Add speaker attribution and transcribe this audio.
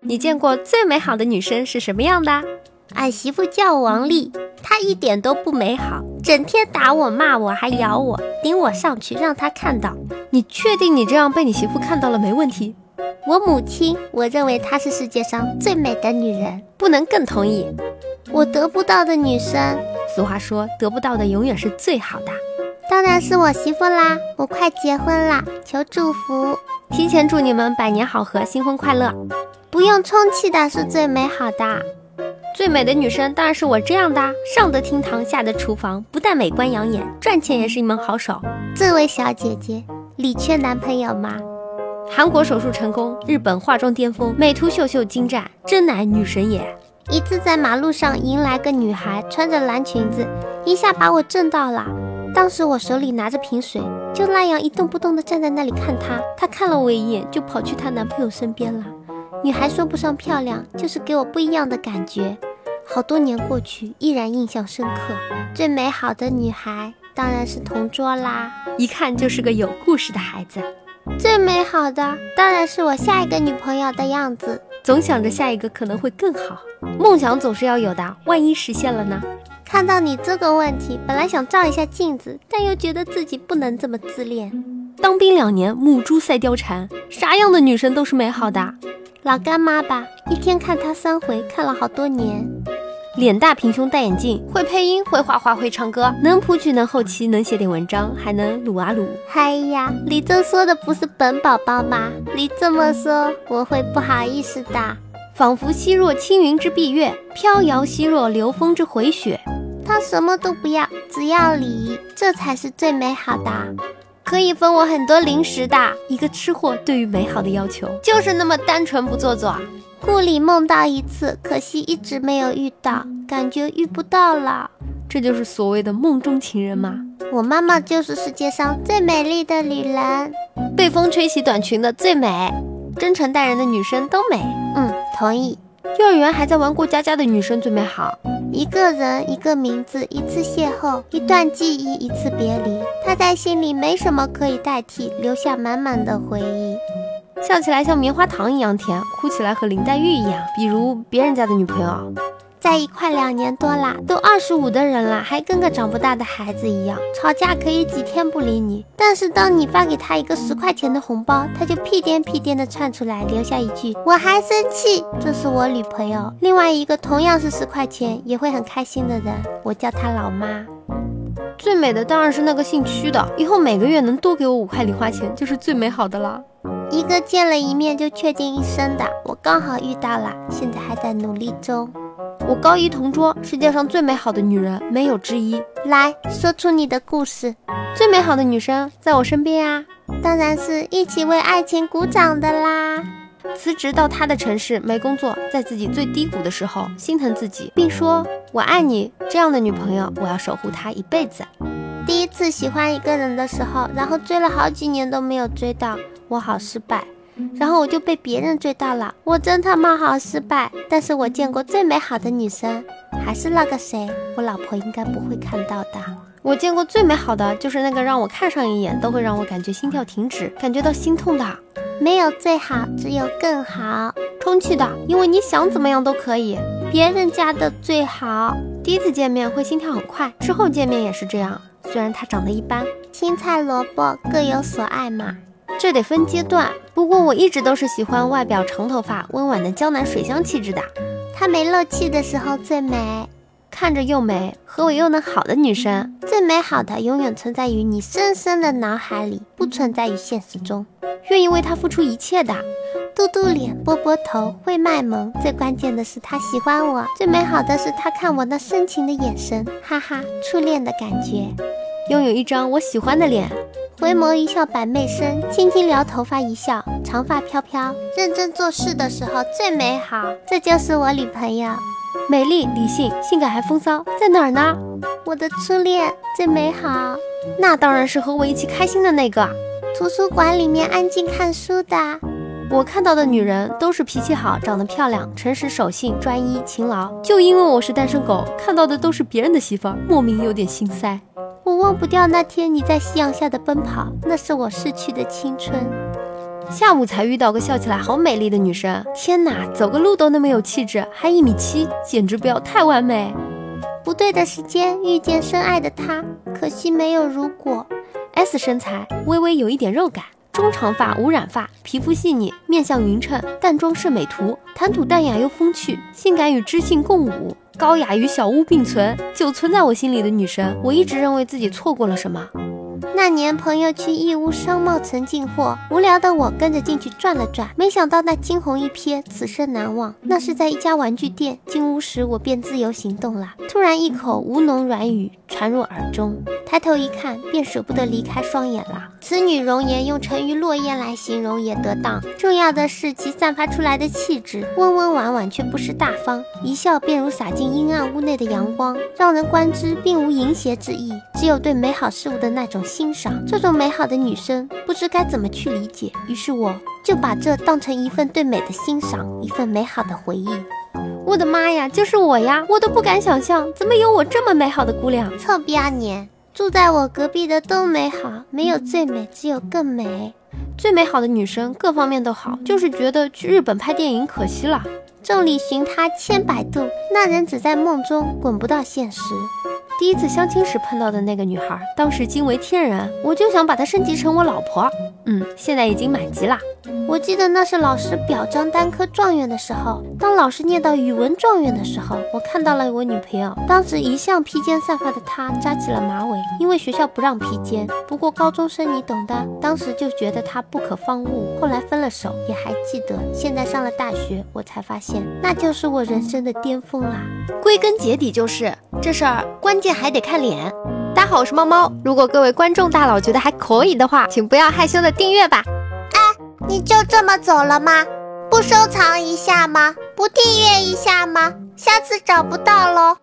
Speaker 1: 你见过最美好的女生是什么样的？
Speaker 2: 俺媳妇叫王丽，她一点都不美好，整天打我、骂我，还咬我，顶我上去，让她看到。
Speaker 1: 你确定你这样被你媳妇看到了没问题？
Speaker 2: 我母亲，我认为她是世界上最美的女人，
Speaker 1: 不能更同意。
Speaker 2: 我得不到的女生，
Speaker 1: 俗话说，得不到的永远是最好的。
Speaker 2: 当然是我媳妇啦！我快结婚啦，求祝福！
Speaker 1: 提前祝你们百年好合，新婚快乐！
Speaker 2: 不用充气的是最美好的，
Speaker 1: 最美的女生当然是我这样的，上得厅堂，下得厨房，不但美观养眼，赚钱也是一门好手。
Speaker 2: 这位小姐姐，你缺男朋友吗？
Speaker 1: 韩国手术成功，日本化妆巅峰，美图秀秀精湛，真乃女神也。
Speaker 2: 一次在马路上迎来个女孩，穿着蓝裙子，一下把我震到了。当时我手里拿着瓶水，就那样一动不动地站在那里看她。
Speaker 1: 她看了我一眼，就跑去她男朋友身边了。
Speaker 2: 女孩说不上漂亮，就是给我不一样的感觉。好多年过去，依然印象深刻。最美好的女孩当然是同桌啦，
Speaker 1: 一看就是个有故事的孩子。
Speaker 2: 最美好的当然是我下一个女朋友的样子。
Speaker 1: 总想着下一个可能会更好，梦想总是要有的，万一实现了呢？
Speaker 2: 看到你这个问题，本来想照一下镜子，但又觉得自己不能这么自恋。
Speaker 1: 当兵两年，母猪赛貂蝉，啥样的女生都是美好的。
Speaker 2: 老干妈吧，一天看她三回，看了好多年。
Speaker 1: 脸大平胸戴眼镜，会配音，会画画，会唱歌，能谱曲，能后期，能写点文章，还能撸啊撸。
Speaker 2: 嗨呀，你这说的不是本宝宝吗？你这么说，我会不好意思的。
Speaker 1: 仿佛兮若青云之蔽月，飘摇兮若流风之回雪。
Speaker 2: 他什么都不要，只要你，这才是最美好的。可以分我很多零食的。
Speaker 1: 一个吃货对于美好的要求，就是那么单纯不做作。
Speaker 2: 故里梦到一次，可惜一直没有遇到，感觉遇不到了。
Speaker 1: 这就是所谓的梦中情人吗？
Speaker 2: 我妈妈就是世界上最美丽的女人，
Speaker 1: 被风吹起短裙的最美，真诚待人的女生都美。
Speaker 2: 嗯，同意。
Speaker 1: 幼儿园还在玩过家家的女生最美好。
Speaker 2: 一个人，一个名字，一次邂逅，一段记忆，一次别离。她在心里没什么可以代替，留下满满的回忆。
Speaker 1: 笑起来像棉花糖一样甜，哭起来和林黛玉一样。比如别人家的女朋友，
Speaker 2: 在一块两年多啦，都二十五的人啦，还跟个长不大的孩子一样。吵架可以几天不理你，但是当你发给他一个十块钱的红包，他就屁颠屁颠的窜出来，留下一句“我还生气”，这是我女朋友。另外一个同样是十块钱也会很开心的人，我叫他老妈。
Speaker 1: 最美的当然是那个姓屈的，以后每个月能多给我五块零花钱，就是最美好的了。
Speaker 2: 一个见了一面就确定一生的，我刚好遇到了，现在还在努力中。
Speaker 1: 我高一同桌，世界上最美好的女人，没有之一。
Speaker 2: 来说出你的故事。
Speaker 1: 最美好的女生在我身边啊，
Speaker 2: 当然是一起为爱情鼓掌的啦。
Speaker 1: 辞职到他的城市没工作，在自己最低谷的时候，心疼自己，并说我爱你。这样的女朋友，我要守护她一辈子。
Speaker 2: 第一次喜欢一个人的时候，然后追了好几年都没有追到，我好失败。然后我就被别人追到了，我真他妈好失败。但是我见过最美好的女生，还是那个谁，我老婆应该不会看到的。
Speaker 1: 我见过最美好的就是那个让我看上一眼都会让我感觉心跳停止，感觉到心痛的。
Speaker 2: 没有最好，只有更好。
Speaker 1: 充气的，因为你想怎么样都可以。
Speaker 2: 别人家的最好。
Speaker 1: 第一次见面会心跳很快，之后见面也是这样。虽然他长得一般，
Speaker 2: 青菜萝卜各有所爱嘛。
Speaker 1: 这得分阶段，不过我一直都是喜欢外表长头发、温婉的江南水乡气质的。
Speaker 2: 她没漏气的时候最美，
Speaker 1: 看着又美，和我又能好的女生，
Speaker 2: 最美好的永远存在于你深深的脑海里，不存在于现实中。
Speaker 1: 愿意为她付出一切的，
Speaker 2: 嘟嘟脸、波波头、会卖萌，最关键的是她喜欢我，最美好的是她看我那深情的眼神，哈哈，初恋的感觉，
Speaker 1: 拥有一张我喜欢的脸。
Speaker 2: 回眸一笑百媚生，轻轻撩头发一笑，长发飘飘。认真做事的时候最美好，这就是我女朋友，
Speaker 1: 美丽、理性、性感还风骚，在哪儿呢？
Speaker 2: 我的初恋最美好，
Speaker 1: 那当然是和我一起开心的那个。
Speaker 2: 图书馆里面安静看书的。
Speaker 1: 我看到的女人都是脾气好、长得漂亮、诚实守信、专一、勤劳。就因为我是单身狗，看到的都是别人的媳妇儿，莫名有点心塞。
Speaker 2: 我忘不掉那天你在夕阳下的奔跑，那是我逝去的青春。
Speaker 1: 下午才遇到个笑起来好美丽的女生，天哪，走个路都那么有气质，还一米七，简直不要太完美。
Speaker 2: 不对的时间遇见深爱的他，可惜没有如果。
Speaker 1: S 身材微微有一点肉感，中长发无染发，皮肤细腻，面相匀称，淡妆胜美图，谈吐淡雅又风趣，性感与知性共舞，高雅与小巫并存，久存在我心里的女神，我一直认为自己错过了什么。
Speaker 2: 那年朋友去义乌商贸城进货，无聊的我跟着进去转了转，没想到那惊鸿一瞥，此生难忘。那是在一家玩具店，进屋时我便自由行动了。突然一口吴侬软语传入耳中，抬头一看，便舍不得离开双眼了。此女容颜用沉鱼落雁来形容也得当，重要的是其散发出来的气质，温温婉婉却不失大方，一笑便如洒进阴暗屋内的阳光，让人观之并无淫邪之意，只有对美好事物的那种欣。欣赏这种美好的女生，不知该怎么去理解，于是我就把这当成一份对美的欣赏，一份美好的回忆。
Speaker 1: 我的妈呀，就是我呀！我都不敢想象，怎么有我这么美好的姑娘？
Speaker 2: 臭不要脸！住在我隔壁的都美好，没有最美，只有更美。
Speaker 1: 最美好的女生，各方面都好，就是觉得去日本拍电影可惜了。
Speaker 2: 众里寻她千百度，那人只在梦中，滚不到现实。
Speaker 1: 第一次相亲时碰到的那个女孩，当时惊为天人，我就想把她升级成我老婆。嗯，现在已经满级啦。
Speaker 2: 我记得那是老师表彰单科状元的时候，当老师念到语文状元的时候，我看到了我女朋友。当时一向披肩散发的她扎起了马尾，因为学校不让披肩。不过高中生你懂的，当时就觉得她不可方物。后来分了手，也还记得。现在上了大学，我才发现那就是我人生的巅峰啦。
Speaker 3: 归根结底就是这事儿，关键还得看脸。大家好，我是猫猫。如果各位观众大佬觉得还可以的话，请不要害羞的订阅吧。
Speaker 2: 哎，你就这么走了吗？不收藏一下吗？不订阅一下吗？下次找不到喽。